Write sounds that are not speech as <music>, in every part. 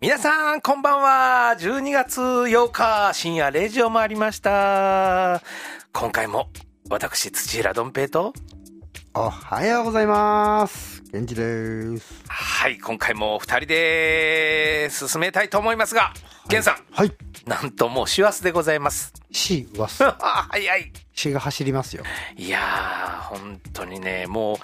皆さん、こんばんは。12月8日、深夜0時を回りました。今回も、私、土浦どん平と、おはようございます。元気です。はい、今回も2人で進めたいと思いますが、源さん、はい。なんともう師走でござい <laughs> ます。 C はす、早い。 C が走りますよ。いやー、本当にね、もう、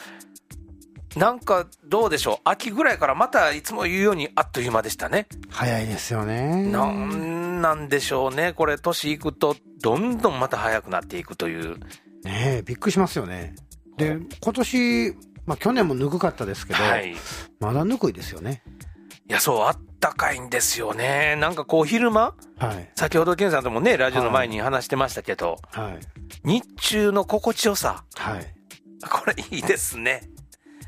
なんかどうでしょう、秋ぐらいからまたいつも言うようにあっという間でしたね。早いですよね。なんなんでしょうね、これ、年いくと、どんどんまた早くなっていくという。ねえ、びっくりしますよね。で、今年、まあ去年もぬくかったですけど、はい。いまだぬくいですよね。や、そう、あったかいんですよね。なんかこう、昼間、はい。先ほど、ケンさんともね、ラジオの前に話してましたけど、はい。日中の心地よさ、はい。これいいですね。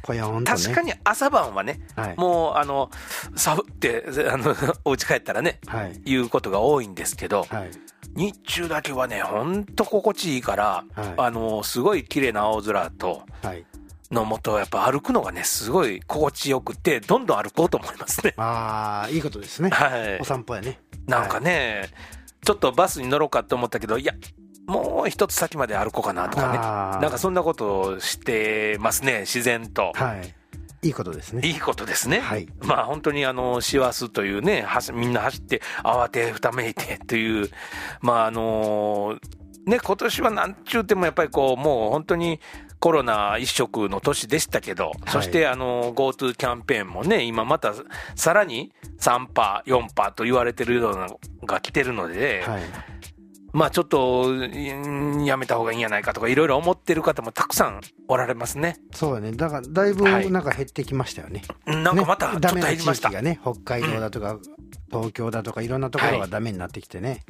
ぽやんとね。確かに朝晩はね、はいもう、あの、寒って、あの、 <laughs> お家帰ったらね、はい。いうことが多いんですけど、はい。日中だけはね、ほんと心地いいから、はいあの、すごい綺麗な青空と、はい。。のもと、やっぱ歩くのがね、すごい心地よくて、どんどん歩こうと思いますね <laughs> ああ、いいことですね。はいお。散歩やね。なんかね、ちょっとバスに乗ろうかと思ったけど、いや、もう一つ先まで歩こうかなとかね。あーなんかそんなことをしてますね、自然と。はい。いいことですね。いいことですね。はいまあ本当にあの、師走というね、はしみんな走って慌てふためいてという、まああのね、今年はなんちゅうてもやっぱりこう、もう本当にコロナ一色の年でしたけど、そしてあの、GoTo キャンペーンもね、今またさらに3波、4波と言われてるようなのが来てるので、はい。まあちょっと、うんやめた方がいいんやないかとか、いろいろ思ってる方もたくさんおられますね。そうやね。だから、だいぶはいなんか減ってきましたよね。なんかまたちょねっダとメな減りました地域。がね、北海道だとか、東京だとか、いろんなところがダメになってきてね。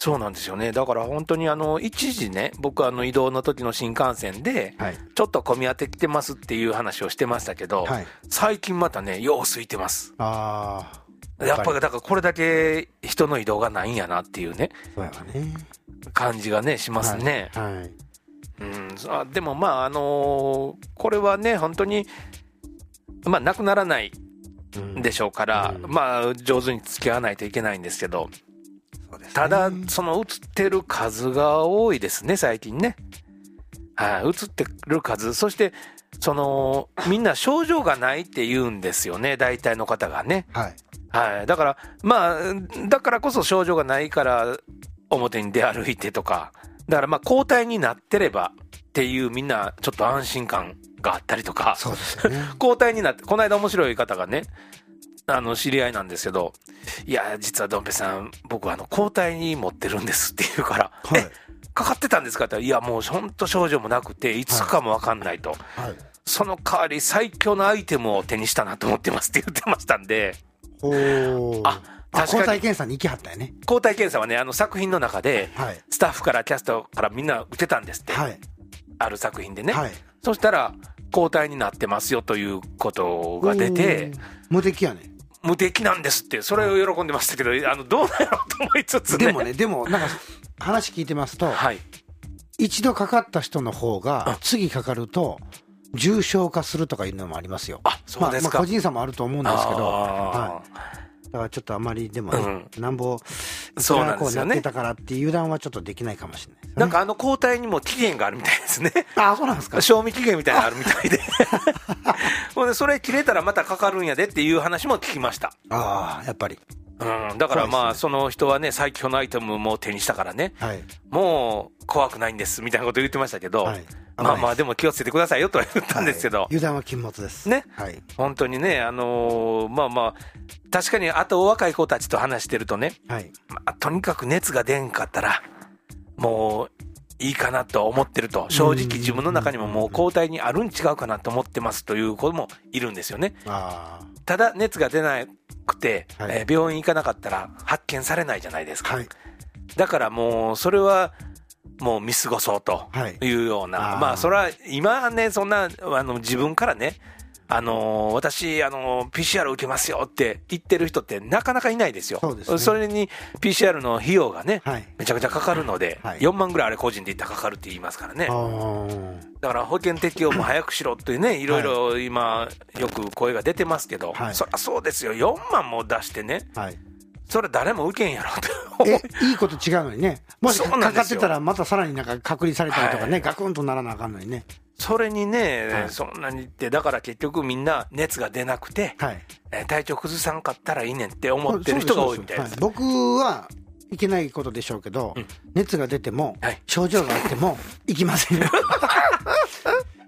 そうなんですよね。だから本当にあの、一時ね、僕あの移動の時の新幹線で、はい。ちょっと混み合ってきてますっていう話をしてましたけど、はい。最近またね、よう空いてます。ああ。やっぱりだからこれだけ人の移動がないんやなっていうね、そうやわね。感じがね、しますね。はい。はい。うん。あでもまああのーこれはね、本当に、まあなくならないうんでしょうから、うんまあ上手に付き合わないといけないんですけど、そうですねただ、その映ってる数が多いですね、最近ね。はい、映ってる数。そして、その、みんな症状がないって言うんですよね、大体の方がね。はい。はい。だから、まあ、だからこそ症状がないから、表に出歩いてとか。だからまあ、抗体になってればっていうみんな、ちょっと安心感があったりとか。そうです <laughs> よね。交代になって、この間面白い方がね、あの、知り合いなんですけど、いや、実はドンペさん、僕あの、交代に持ってるんですって言うから、はいえ、かかってたんですかって言ったら、いや、もうほんと症状もなくて、いつかもわかんないと。はい。その代わり最強のアイテムを手にしたなと思ってますって言ってましたんで、おーあ確かに抗体検査に行きはったよね。交代検査はね、あの作品の中で、はい。スタッフからキャストからみんな受けたんですって、はい。ある作品でね。はい。そしたら、交代になってますよということが出ておー、、無敵やね。無敵なんですって、それを喜んでましたけど、あのどうなのと思いつつね。でもね、でも、なんか、話聞いてますと、はい。一度かかった人の方が、次かかると、重症化するとかいうのもありますよ。あそうですかまあまあ個人差もあると思うんですけど、あはい。だからちょっとあまりでもね、うなんぼそうなんこでうすなよってね。たからっていう油断はちょっとできないかもしれないですよね、なんかあの交代にも期限があるみたいですね。ああそうなんですか賞味期限みたいなのあるみたいで。 <laughs> ほんで、それ切れたらまたかかるんやでっていう話も聞きました。ああやっぱりうん、だからまそうですあ、ねその人はね、最強のアイテムも手にしたからね、はいもう怖くないんですみたいなこと言ってましたけど、はいまあま危ないあ、でも気をつけてくださいよとは言ったんですけど、はい油断は禁物ですねはい本当にね、あのーまあまあ、確かにあとお若い子たちと話してるとね、はいまあ、とにかく熱が出んかったら、もういいかなと思ってると、正直自分の中にももう交代にあるん違うかなと思ってますという子もいるんですよね。あただ熱が出なくて、はいえー病院行かなかったら発見されないじゃないですあか。はいだからもうそれはもう見過ごそうとはいいうような、あーまあそれは今はねそんなあの自分からねあのー私、あのー PCR 受けますよって言ってる人ってなかなかいないですよ。そうですねそれに PCR の費用がね、はいめちゃくちゃかかるので、はい4万ぐらいあれ個人で言ったらかかるって言いますからねあ。ーだから保険適用も早くしろってね、いろいろ今、よく声が出てますけど、はいそりゃそうですよ、4万も出してね、はいそれ誰も受けんやろとえ <laughs> いいこと違うのにねもしそうかなんですよかってたらまたさらになんか隔離されたりとかね、はいガクンとならなあかんのにねそれにね、はいそんなにって、だから結局みんな熱が出なくて、はいえー体調崩さんかったらいいねんって思ってる人が多いみたいです。そうですそうですはい僕はいけないことでしょうけど、うん熱が出ても、はい症状があっても行き <laughs> ません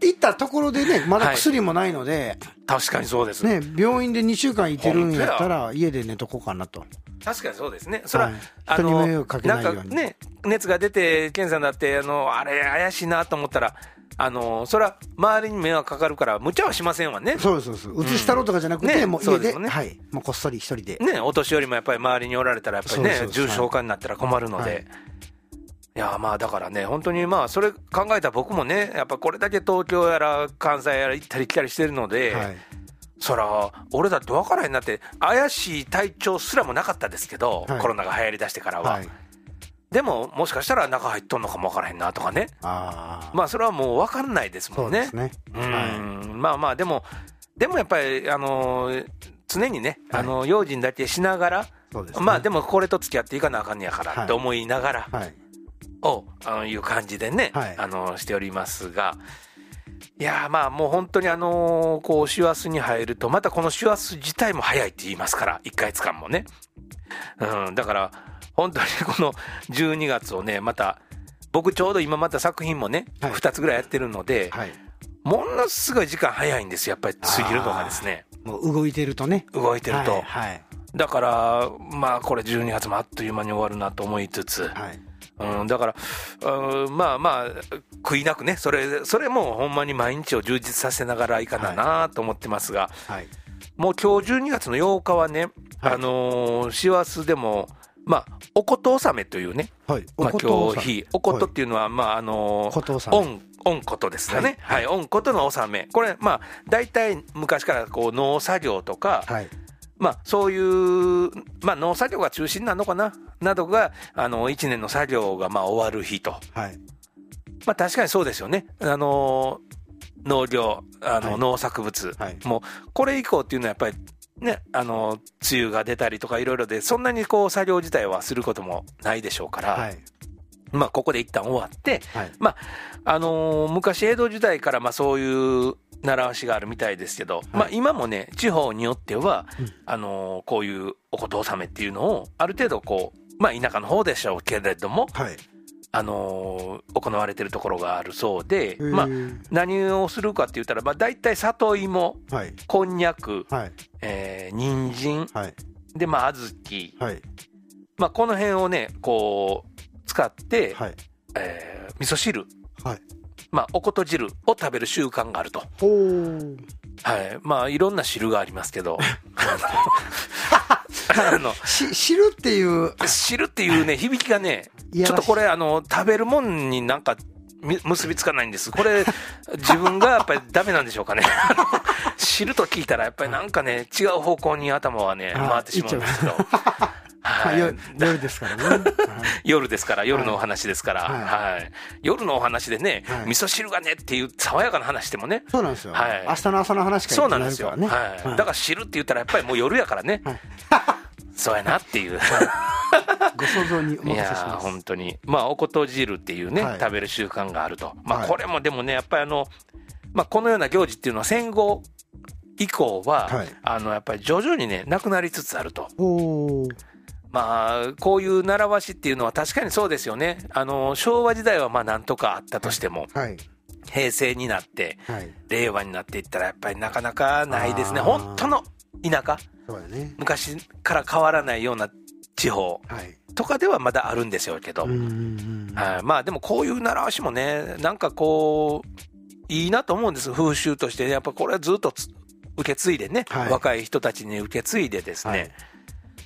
行ったところでねまだ薬もないので、確かにそうです、ね、病院で2週間いてるんやったら家で寝とこうかなと確かにそうですね。それは、はいあ人にの迷惑かけないようにんかね、熱が出て、検査になって、あの、あれ、怪しいなと思ったら、あの、それは周りに迷惑かかるから、無茶はしませんわね。そうですそうです移したろうとかじゃなくて、ねもうそ家うでですよねはい、もうこっそり一人で、ね、お年寄りもやっぱり周りにおられたら、やっぱりねそう、そうそう重症化になったら困るので。はいいやまあだからね、本当にまあ、それ考えた僕もね、やっぱこれだけ東京やら関西やら行ったり来たりしてるので、はい、そら、俺だって分からへんなって、怪しい体調すらもなかったですけど、はいコロナが流行りだしてからは、はい、でも、もしかしたら中入っとんのかも分からへんなとかね、ああ、まあ、それはもう分かんないですもそんうね。ですねはうんまあまあ、でも、でもやっぱり、あのー常にね、はあいの用心だけしながら、いそうです、ね、まあでもこれと付き合っていかなあかんねやからはいって思いながら、はいをあのいう感じでね、はいあのしておりますが。いやーまあもう本当にあのーこう師走に入るとまたこの師走自体も早いって言いますから1ヶ月間もねうんだから本当にこの12月をねまた僕ちょうど今また作品もね、はい2つぐらいやってるので、はいものすごい時間早いんですよやっぱり過ぎるのがですねもう動いてるとね動いてると、はいはいだからまあこれ12月もあっという間に終わるなと思いつつ、はいうん、だから、うん、まあまあ、悔いなくね、それ、それもほんまに毎日を充実させながらいかななと思ってますが、はいもう今日12月の8日はね、はいあのー、師走でも、まあ、おこと納めというね、はい、まあ、琴今をさ日日、おことっていうのは、まあ、あの琴をさー、おん、おんことですよね。はい、おんことの納め。これ、まあ、大体昔からこう、農作業とか、はい、まあ、そういう、まあ、農作業が中心なのかな、などが、あの、一年の作業が、まあ、終わる日と。はい、まあ確かにそうですよね。あのー農業、あの、はい農作物。はいもう、これ以降っていうのはやっぱり、ね、あのー、梅雨が出たりとかいろいろで、そんなにこう、作業自体はすることもないでしょうから、はい、まあ、ここで一旦終わって、はい、まあ、あのー昔江戸時代から、まあ、そういう習わしがあるみたいですけど、まあ、今もね、地方によっては、うんあのーこういうおこと納めっていうのを、ある程度こう、まあ、田舎の方でしょうけれども、はい、あのー行われてるところがあるそうで、まあ、あ、何をするかって言ったら、まあ、大体里芋はい、こんにゃく、はい、えー、人参はい、でまあ小豆、はい、まあ、この辺をねこう使って、はい、えー味噌汁、はい、まあ、おこと汁を食べる習慣があると、ほう、はいまあ、いろんな汁があります <laughs> けど <laughs> あのし、知るっていう、汁っていうね響きがねいやらしちいょっとこれあの食べるもんになんかみ結びつかないんですこれ自分がやっぱりダメなんでしょうかねあの汁と聞いたらやっぱりなんかね違う方向に頭はねあ回ってしまうんですけどは、はいい夜夜ですから <laughs> ね、はい夜ですから夜のお話ですから、ははいい夜のお話でね、はい味噌汁がねっていう爽やかな話でもねそうなんですよ、はい明日の朝の話かそらうなんですよ、ね、はいだから汁って言ったらやっぱりもう夜やからね、はいそうやなっていうご想像におい任せしやーます。本当に、まあ、おこと汁っていうね、はい食べる習慣があると、まはあ、いこれもでもね、やっぱりあの、まあ、このような行事っていうのは、戦後以降は、はいあのやっぱり徐々にね、なくなりつつあると、おーまあ、こういう習わしっていうのは、確かにそうですよね、あの昭和時代はまあなんとかあったとしても、はい平成になって、はい令和になっていったら、やっぱりなかなかないですね、あー本当の田舎、そうだね。昔から変わらないような地方はい。とかではまだあるんでしょうけど。うんうんうん。はい、まあでもこういう習わしもね、なんかこう、いいなと思うんです、風習として、やっぱこれはずっとつ受け継いでね、はい若い人たちに受け継いでですね、はい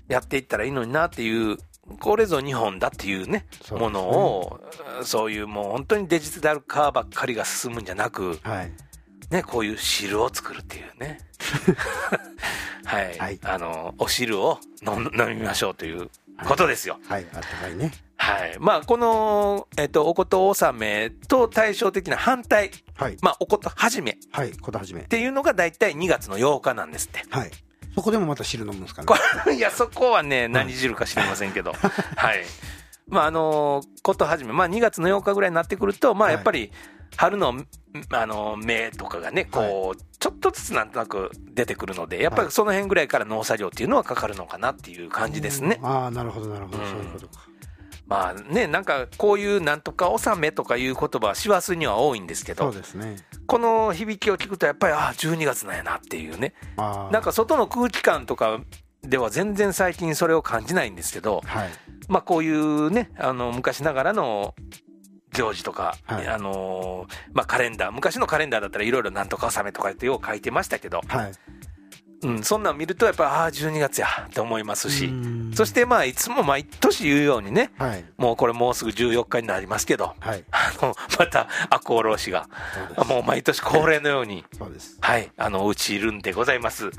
やっていったらいいのになっていう、これぞ日本だっていうね、そうですねものを、そういうもう本当にデジタル化ばっかりが進むんじゃなく、はい。ね、こういう汁を作るっていう <laughs> ね。はい、はいあの、お汁を飲ん飲みましょうということですよ。はい。あったかいね。はい。まあ、この、えっ、と、おこと納めと対照的な反対、はい。まあ、おこと始めっはい。ことはじめ。ていうのが大体2月の8日なんですって。はい。そこでもまた汁飲むんですかねこ。れ、いや、そこはね、何汁か知りませんけ <laughs> ど。はい。まあ、あのこと始め、まあ、2月の8日ぐらいになってくると、まあ、はいやっぱり、春の、あの、芽とかがね、こう、ちょっとずつなんとなく出てくるので、やっぱりその辺ぐらいから農作業っていうのはかかるのかなっていう感じですね。ああ、なるほど、なるほど。うんそういうことか。まあね、なんかこういうなんとか納めとかいう言葉は師走には多いんですけそどう、ですね。この響きを聞くとやっぱり、ああ、12月なんやなっていうね。ああ。なんか外の空気感とかでは全然最近それを感じないんですけど、はい。まあこういうね、あの、昔ながらの行事とか、はいあのーまあカレンダー、昔のカレンダーだったらいろいろなんとか納めとかってよう書いてましたけど、はい。うん、そんなん見るとやっぱ、ああ、12月やって思いますし、うんそし。てまあいつも毎年言うようにね、はい。もうこれもうすぐ14日になりますけど、はい。あの、また、赤穂浪士が、そうです。もう毎年恒例のように、そうです。はい、あの、うちいるんでございます。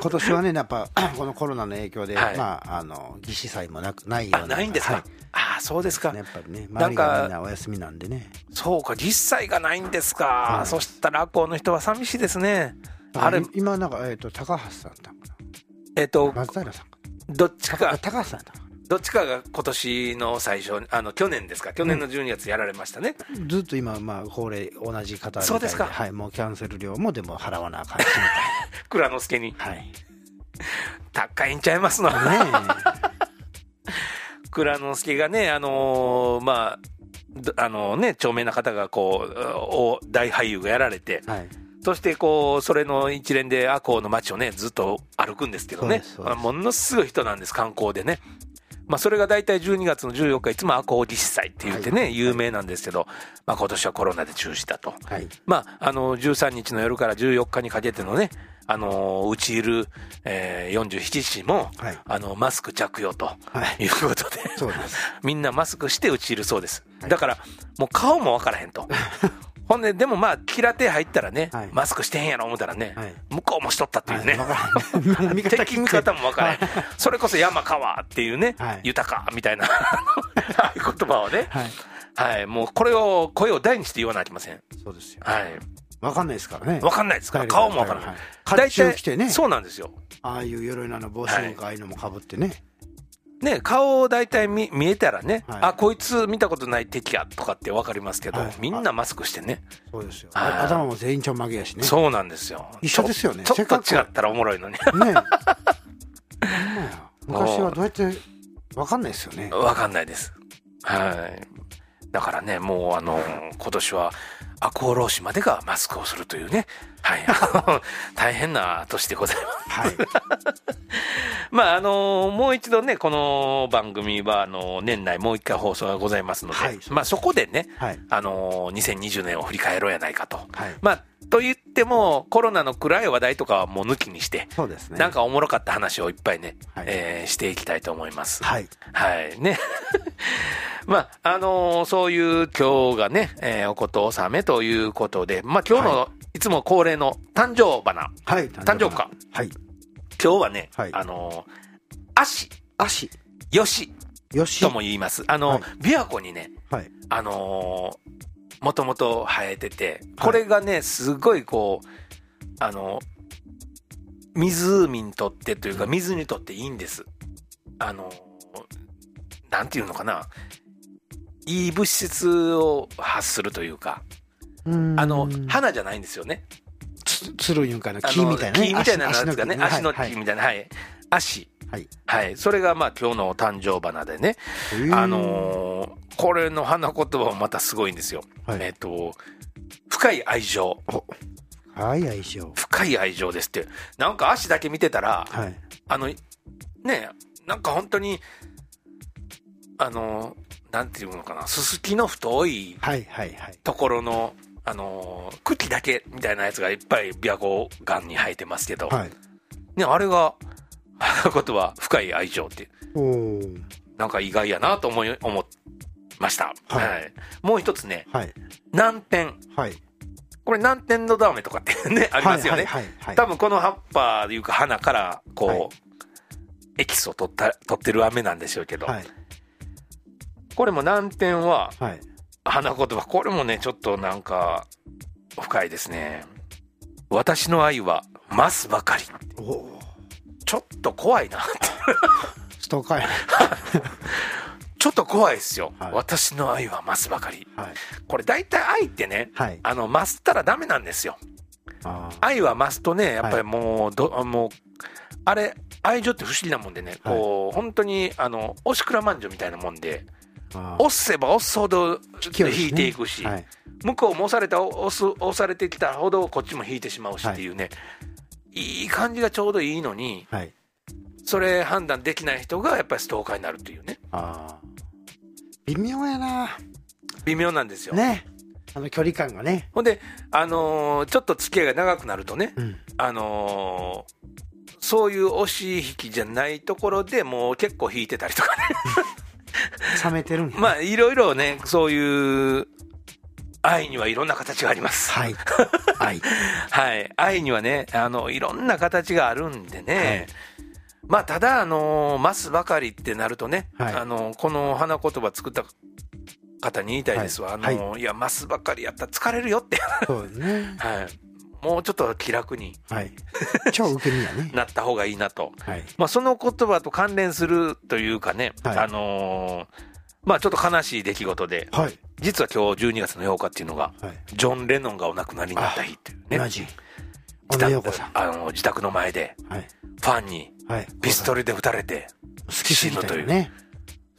今年はね、やっぱ、 <clears throat> このコロナの影響で、はいまあ、あの、義士祭もなく、ないようあ、な。ないんですはかいああ、そうですかね。やっぱりね、な周んりかがみんなお休みなんでね。そうか、実際がないんですかは。いそしたら、赤穂の人は寂しいですね。あれだから、今なんか、えっと、高橋さんだったかえっとな。、松平さんか。どっちあか、高橋さんだったかどっちかが今年の最初に、あの、去年ですか。去年の12月やられましたね。な。ずっと今、まあ、恒例、同じ方みたいそうですかはい。もうキャンセル料も、でも払わなあかんしみたいな。蔵之介に、はい。ね高いんちゃいますの。え。蔵之介がね、あのーまあ、どあのね、著名な方がこうお、大俳優がやられて、はい。そしてこう、それの一連で赤穂の街をね、ずっと歩くんですけどそうねです、そうまであ、すものすごい人なんです、観光でね。まあ、それが大体12月の14日、いつも赤穂立祭って言ってね、有名なんですけど、まあ、今年はコロナで中止だと。はい。まあ、あの、13日の夜から14日にかけてのね、あの、うちいる、えー47市も、はいあの、マスク着用とはいいうことで、そうです。みんなマスクしてうちいるそうです。はいだから、もう顔もわからへん <laughs> と。ほんで、でもまあ、キラ手入ったらね、はいマスクしてへんやろ思ったらね、はい向こうもしとったっていうね。はいわからん見方敵味方もわからへん。それこそ山川っていうね、はい豊かみたいなああいう言葉をね、はい。はい、もうこれを、声を大にして言わなきゃいけません。そうですよ。はい。わかんないですからね。わかんないですから、顔もわからない。はい甲冑着てね。そうなんですよ。ああいう鎧のあの帽子とかああいうのもかぶってね。ね、顔を大体見見えたらね、はいあ、こいつ見たことない敵やとかってわかりますけど、はいみんなマスクしてね。そうですよ。はいあ頭も全員ちょんまげやしね。そうなんですよ。一緒ですよねちょちょせっっとかく違ったらおもろいのに。 <laughs> ねえ。ほんまや昔はどうやってわかんないですよね。わかんないです。はい。だからね、もうあの、今年は、赤穂浪士までがマスクをするというね、はい、あの <laughs> 大変な年でございます。はい。まあ、あの、もう一度ね、この番組は、あの、年内もう一回放送がございますので、はいまあ、そこでね、はい。あの、2020年を振り返ろうやないかと。はい。まあ、と言っても、コロナの暗い話題とかはもう抜きにして、そうですね。なん。かおもろかった話をいっぱいね、はいえーしていきたいと思います。はい。はい、ね。 <laughs> まあ、あのーそういう今日がね、えーおこと納めということで、まあ今日の、、はいつも恒例の誕生花。はい。誕生花。はい。今日はね、はいあのー、足、足。よしよし。とも言います。あの、はい琵琶湖にね、はい。あのー、もともと生えてて、これがね、すごいこう、あのー、湖にとってというか、水にとっていいんです。あのー、なんていうのかな、いい物質を発するというか、うんあの、花じゃないんですよね。つつるいうんかなあの木みたいなね木みたいなのなんですかね。足のはい木みたいな。はい。足。はいはい。それがまあ今日のお誕生花でね。はいあのーこれの花言葉もまたすごいんですよ。はいえっ、と、深い愛情。へーはい相性深い愛情ですって。なんか足だけ見てたら、はいあの、ねえ、なんか本当に、あのーなんていうのかな、すすきの太いはいはいはいところの、あのー茎だけみたいなやつがいっぱい琵琶湖岸に生えてますけど、はいね、あれが、花言葉、深い愛情って、おーなんか意外やなと思い、思いました。は。はいいもう一つね、はい南天。はいこれ南天のダメとかってね、ありますよね。はいはいはいはい多分この葉っぱというか花から、こう、はいエキスを取った、取ってる飴なんでしょうけど、はいこれも南天は、はい花言葉、これもね、ちょっとなんか、深いですね。私の愛は、増すばかり。おーちょっと怖いな。 <laughs> ストーカーやちょっと怖いですよ。はい私の愛は増すばかり。はいこれ大体愛ってね、はいあの、増したらダメなんですよ。あー愛は増すとね、やっぱりもう、ど、もう、あれ、愛情って不思議なもんでね、はいこう、本当に、あの、おしくらまんじゅうみたいなもんで、あー押せば押すほど勢ですね引いていくし、はい向こうも押された、押す、押されてきたほど、こっちも引いてしまうしはいっていうね、い、い感じがちょうどいいのに、はいそれ判断できない人が、やっぱりストーカーになるっていうね、あー微妙やな微妙なんですよ。ねあの距離感がねほんで、あのーちょっと付き合いが長くなるとね、うんあのーそういう押し引きじゃないところでもう結構引いてたりとかね。 <laughs> 冷めてるんやまあ、いろいろね、そういう、愛にはいろんな形があります。 <laughs> はいはいはい。愛にはね、あの、いろんな形があるんでね。まあ、ただ、あのー、マスばかりってなるとね、はいあのーこの花言葉作った方に言いたいですわ。はいあのーいや、マスばかりやったら疲れるよって。そうですねはい。もうちょっと気楽にはい超受け身やね <laughs> なった方がいいなと。はいまあ、その言葉と関連するというかね、はいあのーまあ、ちょっと悲しい出来事で、はい実は今日12月の8日っていうのが、はいジョン・レノンがお亡くなりになった日っていうね、同じ自小野洋子宅さんあの自宅の前で、はいファンにはいピストルで撃たれて、好きすぎたよね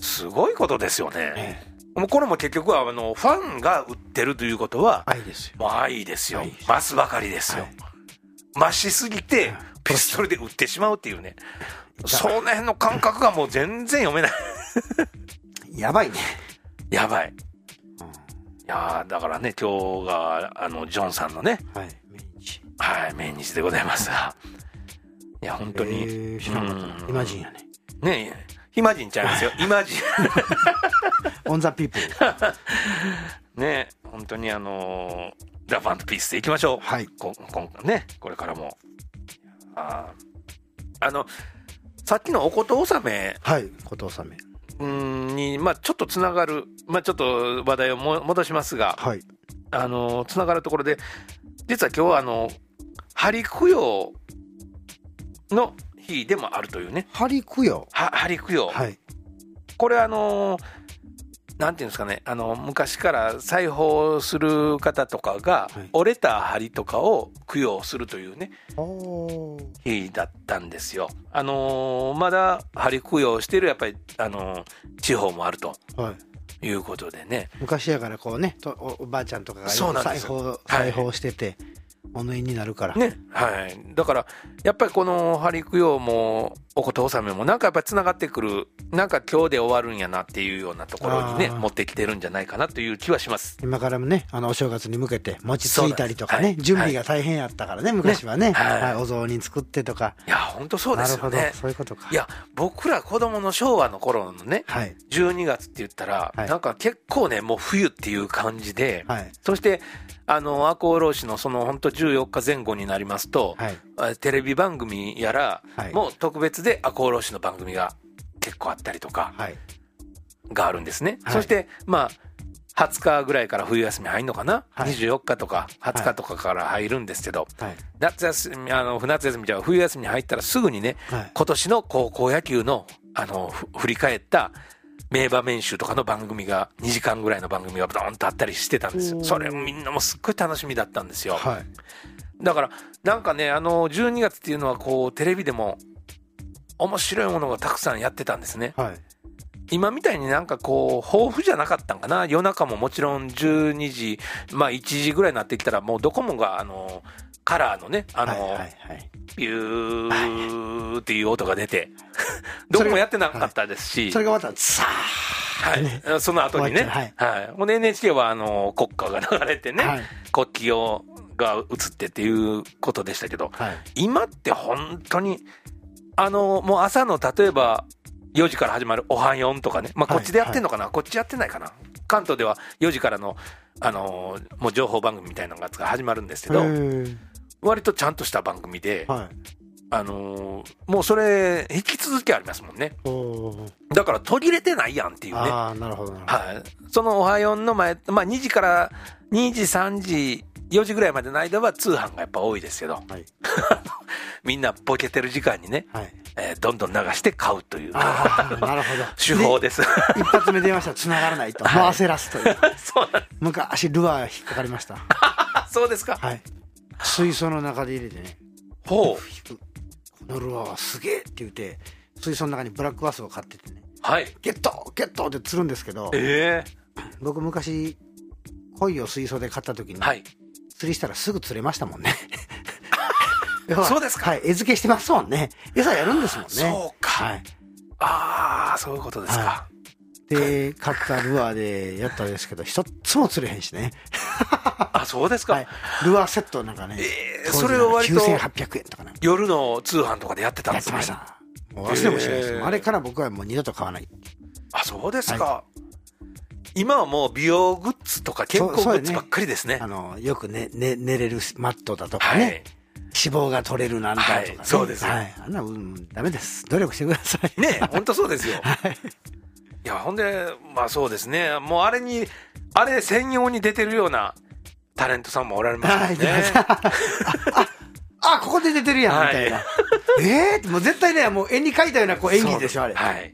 すごいことですよね。ええもうこれも結局はあの、ファンが撃ってるということは、愛ですよもう愛ですよ愛で、す増すばかりですよはい、増しすぎてはい、ピストルで撃ってしまうっていうね、その辺の感覚がもう全然読めない、 <laughs> やばいねやばい。ういやーだからね、今日が、あの、ジョンさんのね、んはい毎日はい、命日でございます <laughs> が、いや、本当に、えー知らなかっうたんイマジンやねねえ、ヒマジンちゃいます <laughs> よ、イマジオン・ザ・ピープルン。ねえ、本当にあのーラブピースでいきましょう。はいこ今回ね、これからも。あーあの、さっきのおこと納めはいこと納めうんに、まあちょっとつながる、まあちょっと話題をも戻しますが、はいあの、つながるところで、実は今日はあの、針供養の日でもあるというね。ハリクヨは針供養。はいこれあの、なんていうんですかね、あの、昔から裁縫する方とかがはい、折れた針とかを供養するというね、おー日だったんですよ。あの、まだ針供養してる、やっぱり、あの、地方もあるとはいいうことでね。昔やからこうねとおおばあちゃんとかがそうなんで裁す縫はい裁縫しててお縫いになるからね、はい。だから、やっぱりこの針供養も、おこと納めも、なんかやっぱり繋がってくる、なんか今日で終わるんやなっていうようなところにね、あー持ってきてるんじゃないかなという気はします。今からもね、あのお正月に向けて餅ついたりとかね、そうなんですはい準備が大変やったからね、昔はね、はいはいお雑煮作ってとか、いや、本当そうでなるすほよどね、。そういうことか。いや、僕ら子供の昭和の頃のね、はい、 12月って言ったら、はいなんか結構ね、もう冬っていう感じで、はい、そして、あの、赤穂浪士のその本当14日前後になりますと、はい、あテレビ番組やら、はいもう特別で赤穂浪士の番組が結構あったりとか、はい、があるんですね。はいそして、まあ、20日ぐらいから冬休み入るのかな、はい ?24 日とか20日とかから入るんですけど、はい、夏休み、あの、夏休みじゃ冬休みに入ったらすぐにね、はい、今年の高校野球の、あの、ふ振り返った名場面集とかの番組が、2時間ぐらいの番組がドーンとあったりしてたんですよ。それもみんなもすっごい楽しみだったんですよ。はい。だから、なんかね、あの、12月っていうのはこう、テレビでも、面白いものがたくさんやってたんですね。はい。今みたいになんかこう、豊富じゃなかったんかな。夜中ももちろん12時、まあ1時ぐらいになってきたら、もうドコモが、あの、カラーのね、あの、はいはいはい。ビューっていう音が出て、ドコモやってなかったですし、それがまた、さはい、その後にね、終わっはいち、ほんで NHK はあの国歌が流れてね、はい国旗をが映ってっていうことでしたけど、あ。はい。今って本当に、あの、もう朝の例えば4時から始まるおはよんとかね、まあ、はいこっちでやってんのかな、こっちやってないかな。関東では4時からの、あのもう情報番組みたいなのが始まるんですけど、割とちゃんとした番組で、はい。あのもうそれ、引き続きありますもんね。おお。だから途切れてないやんっていうね。ああ、なるほどなるほど。はい。そのおはようの前、まあ2時から2時、3時、4時ぐらいまでの間は通販がやっぱ多いですけど、はい。みんなボケてる時間にね、はい。えーどんどん流して買うというああ、なるほど。 <laughs> 手法です。一発目出ました。繋がらないと。もう焦らすという。そうなん昔、ルアー引っかかりました。あそうですか。はい。水槽の中で入れてね、ほう。引く。このルアーはすげえって言って、水槽の中にブラックバスを買っててね、はい。ゲットゲットって釣るんですけど、え僕昔、鯉を水槽で買った時にえ、はい。釣りしたらすぐ釣れまし <laughs> たもんね。要はそうですかはい。餌付けしてますもんね。餌やるんですもんね。そうかはい。ああ、そういうことですか。で、買ったルアーでやったんですけど、一つも釣れへんしね。あ、そうですか。はい。ルアーセットなんかね。えー当時それを割と9800円とかなんか夜の通販とかでやってたんやでっすてねまし。た。もう忘れもしないです、えーあれから僕はもう二度と買わない。あ、そうですか。今はもう美容グッズとか健康グそうそうッやズねばっかりですね。あの、よくね、ね、寝れるマットだとかはね。い。脂肪が取れるなんだとかね、はいそうですはい。あんな、うん、ダメです。努力してくださ <laughs> い。ねえ、本当そう <laughs> ですよ。い、や、ほんで、まあそうですね、もうあれに、あれ専用に出てるようなタレントさんもおられますもんはい。ね。あ、ああ、ここで出てるやん、みたいな。は <laughs> ええー、もう絶対ね、もう絵に描いたようなこう演技でしょ、あれ。はい。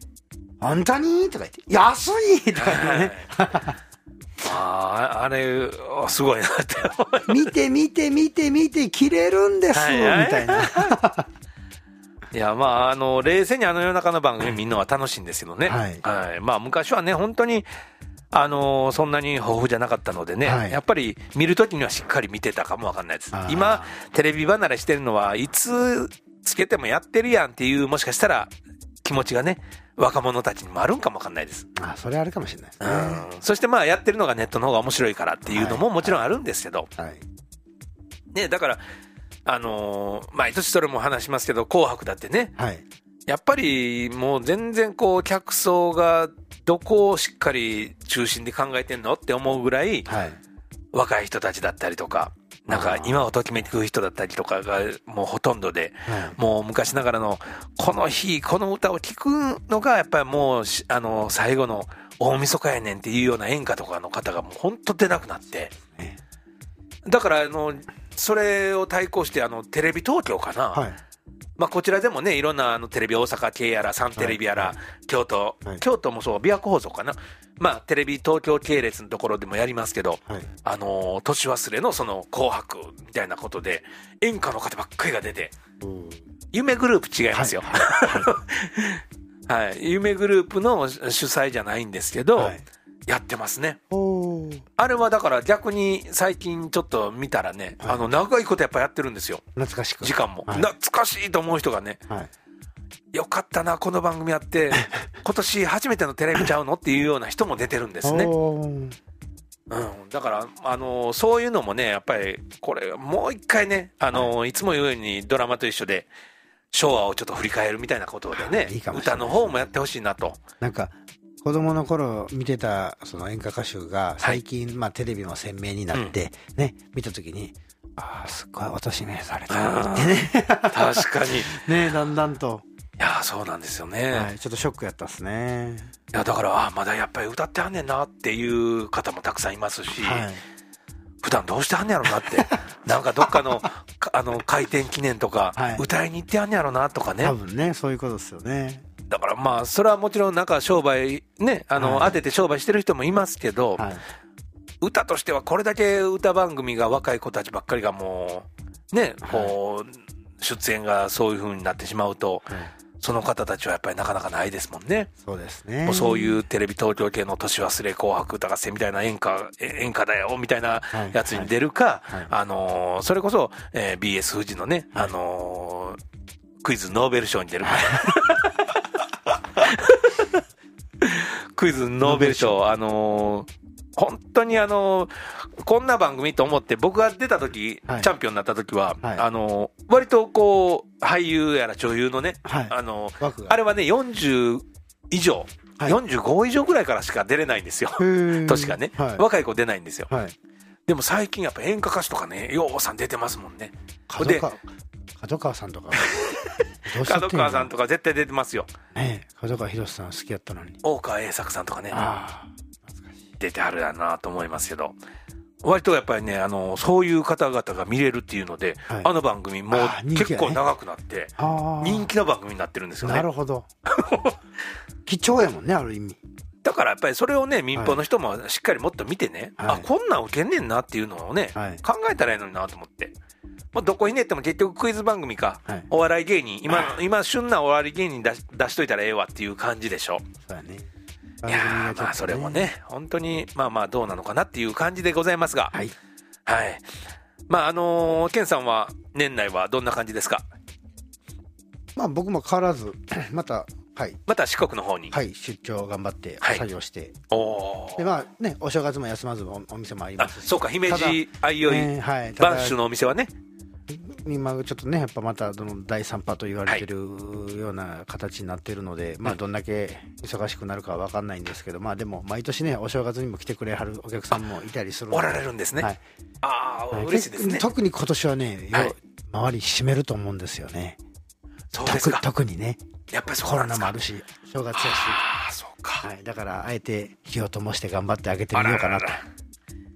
本当にとか言って、安いとか言って <laughs> ね。まあ、あれ、すごいなって思い見て見て見て見て切れるんですはいみはいたいな。いや、まあ、あの、冷静にあの夜中の番組見るのは楽しいんですけどね。はいまあ、昔はね、本当に、あのそんなに豊富じゃなかったのでね、はいやっぱり見るときにはしっかり見てたかもわかんないですあ。ー今、テレビ離れしてるのは、いつつけてもやってるやんっていう、もしかしたら気持ちがね、若者たちにもあるんかもわかんないです。あ、それあるかもしれないですうね。んはそしてまあ、やってるのがネットの方が面白いからっていうのもはいもちろんあるんですけど、い。ね、だから、あのー毎年それも話しますけど、紅白だってね、はい。やっぱりもう全然こう客層がどこをしっかり中心で考えてんのって思うぐらいはい。若い人たちだったりとか、なんか今をときめく人だったりとかがもうほとんどで、はい。もう昔ながらのこの日、この歌を聴くのがやっぱりもうしあの最後の大晦日やねんっていうような演歌とかの方がもうほんと出なくなって。ねだからあの、それを対抗してあのテレビ東京かな。はい。まあ、こちらでもね、いろんなあのテレビ、大阪系やら、サンテレビやら、はい京都、はい京都もそう、琵琶湖放送かな、まあ、テレビ東京系列のところでもやりますけど、はい。あのー年忘れのその紅白みたいなことで、演歌の方ばっかりが出て、夢グループ違いますよ。ははい、夢グループの主催じゃないんですけど、はいやってますね。おーあれはだから逆に最近ちょっと見たらね、はいあの、長いことやっぱやってるんですよ。懐かしく。時間も。はい懐かしいと思う人がね、はい。よかったな、この番組や <laughs> って、今年初めてのテレビちゃうのっていうような人も出てるんですね。おうーん、だから、あのそういうのもね、やっぱり、これ、もう一回ね、あのい、つも言うようにドラマと一緒で、昭和をちょっと振り返るみたいなことでね、いいかもしれ歌なのい方もやってほしいなと。なんか、子供の頃見てたその演歌歌手が最近、まあテレビも鮮明になって、ね、見たときに、ああ、すっごい落とし目された。ってね。確 <laughs> か <laughs> に。いね、だんだんと。や、そうなんですよね。、はいい。ちょっとショックやったっすね。や、だから、あまだやっぱり歌ってはんねんなっていう方もたくさんいますし、はい。普段どうしてはんねやろなって、なんかどっか <laughs> の、かあの、開店記念とか、はい歌いに行ってはんねやろなとかね。多分ね、そういうことですよね。だからまあ、それはもちろんなんか商売、ね、あの、はい当てて商売してる人もいますけど、はい、歌としてはこれだけ歌番組が若い子たちばっかりがもう、ね、こう、出演がそういう風になってしまうと、その方たちはやっぱりなかなかないですもんね。そうですねもうそうういうテレビ東京系の年忘れ紅白歌合戦みたいな演歌、え演歌だよみたいなやつに出るか、はいはいあのーそれこそ、えー BS 富士のね、あのークイズノーベル賞に出るか。 <laughs> クイズノーベル賞、あのー本当にあのーこんな番組と思って、僕が出た時、はいチャンピオンになった時は、はいあのー割とこう、俳優やら女優のね、はいあのー枠があれはね、40以上、はい45以上ぐらいからしか出れないんですよ。年年がね、は若い子出ないんですよ。い、はい、でも最近やっぱ演歌歌手とかね、ようさん出てますもんね。角川角川さん <laughs> とかどうしちゃっ角ての川さんとか絶対出てますよ。ねえ角川博さん好きやったのに大川栄作さんとかね、ああ懐かしい出てはるだなと思いますけど。割とやっぱりね、あの、そういう方々が見れるっていうので、はいあの番組もうあー人気結やね構長くなって、ああ人気の番組になってるんですよね。なる <laughs> ほど貴重やもんねある意味だからやっぱりそれをね、民放の人もしっかりもっと見てね、はいあ、こんなん受けんねんなっていうのをね、はい考えたらいいのになと思って。まあ、どこひねっても結局クイズ番組か、はいお笑い芸人、今、今、旬なお笑い芸人出し出しといたらええわっていう感じでしょ。そうやねいやーまあそれもね、本当に、まあまあどうなのかなっていう感じでございますが、はいはい。まああのー、ケンさんは年内はどんな感じですかまあ僕も変わらず <clears throat> またはいまた四国の方に。はい出張頑張ってはい作業して、おーでまあねお正月も休まずおお店もありあ、ますしそうか、姫ただ路、相生、ねはいただ播州のお店はね、今ちょっとねやっぱまたどの第3波と言われてるような形になってるので、まあどんだけ忙しくなるかは分かんないんですけどまあでも毎年ねお正月にも来てくれはるお客さんもいたりするのおでられるんですね。はいああ、はい嬉しいですね。特に今年はね、よはい周り締めると思うんですよねそうです特か。特にねやっぱりそうコなロんでナすもあかる。し正月やし、ああ、そうか。はい、だからあえて火を灯して頑張ってあげてみようかなとあららら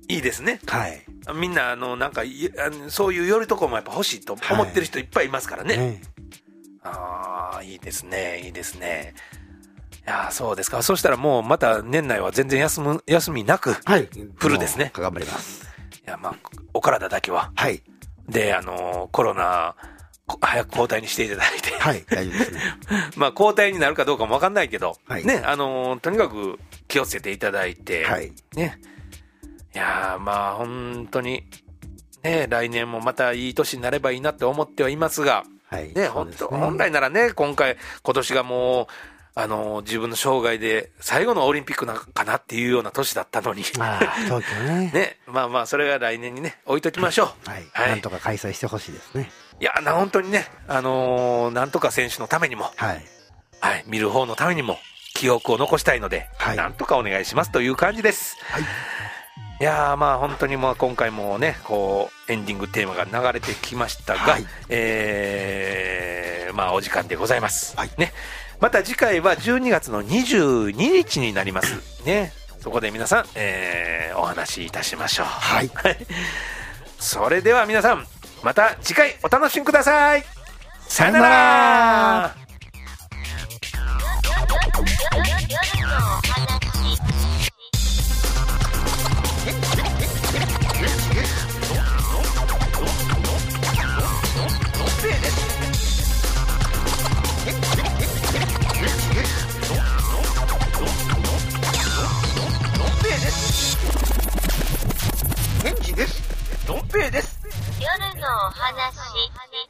いいですね。はいみんな、あの、なんか、いあのそういう寄りとこもやっぱ欲しいと思ってる人いっぱいいますからね。ねああ、いいですね、いいですね。いやーそうですか。そしたらもうまた年内は全然休む、休みなく、いはいフルですねもう頑張りますや、まあ、お体だけは。はいで、あのーコロナ、こ早く交代にしていただいて、 <laughs> はい大丈夫ですねまあ、交代になるかどうかもわかんないけど、はいね、あのーとにかく気をつけていただいて、はいね。いやーまあ本当に、ね、来年もまたいい年になればいいなって思ってはいますが、はいね、そう本です当、本来ならね、今回、今年がもう、あのー自分の生涯で最後のオリンピックなのかなっていうような年だったのに、ああ東京ねね、まあまあ、それは来年にね、置いときましょう。はい、はいなんとか開催してほしいですねいや、な、本当にね、あのーなんとか選手のためにも、はいはい、見る方のためにも、記憶を残したいので、はいなんとかお願いしますという感じです。はいいやーまあ本当にもう今回もねこうエンディングテーマが流れてきましたが、はいえーまあお時間でございます、はいね、また次回は12月の22日になりますねそこで皆さん、えーお話しいたしましょうはい <laughs> それでは皆さんまた次回お楽しみくださいさよなさよなら夜のお話。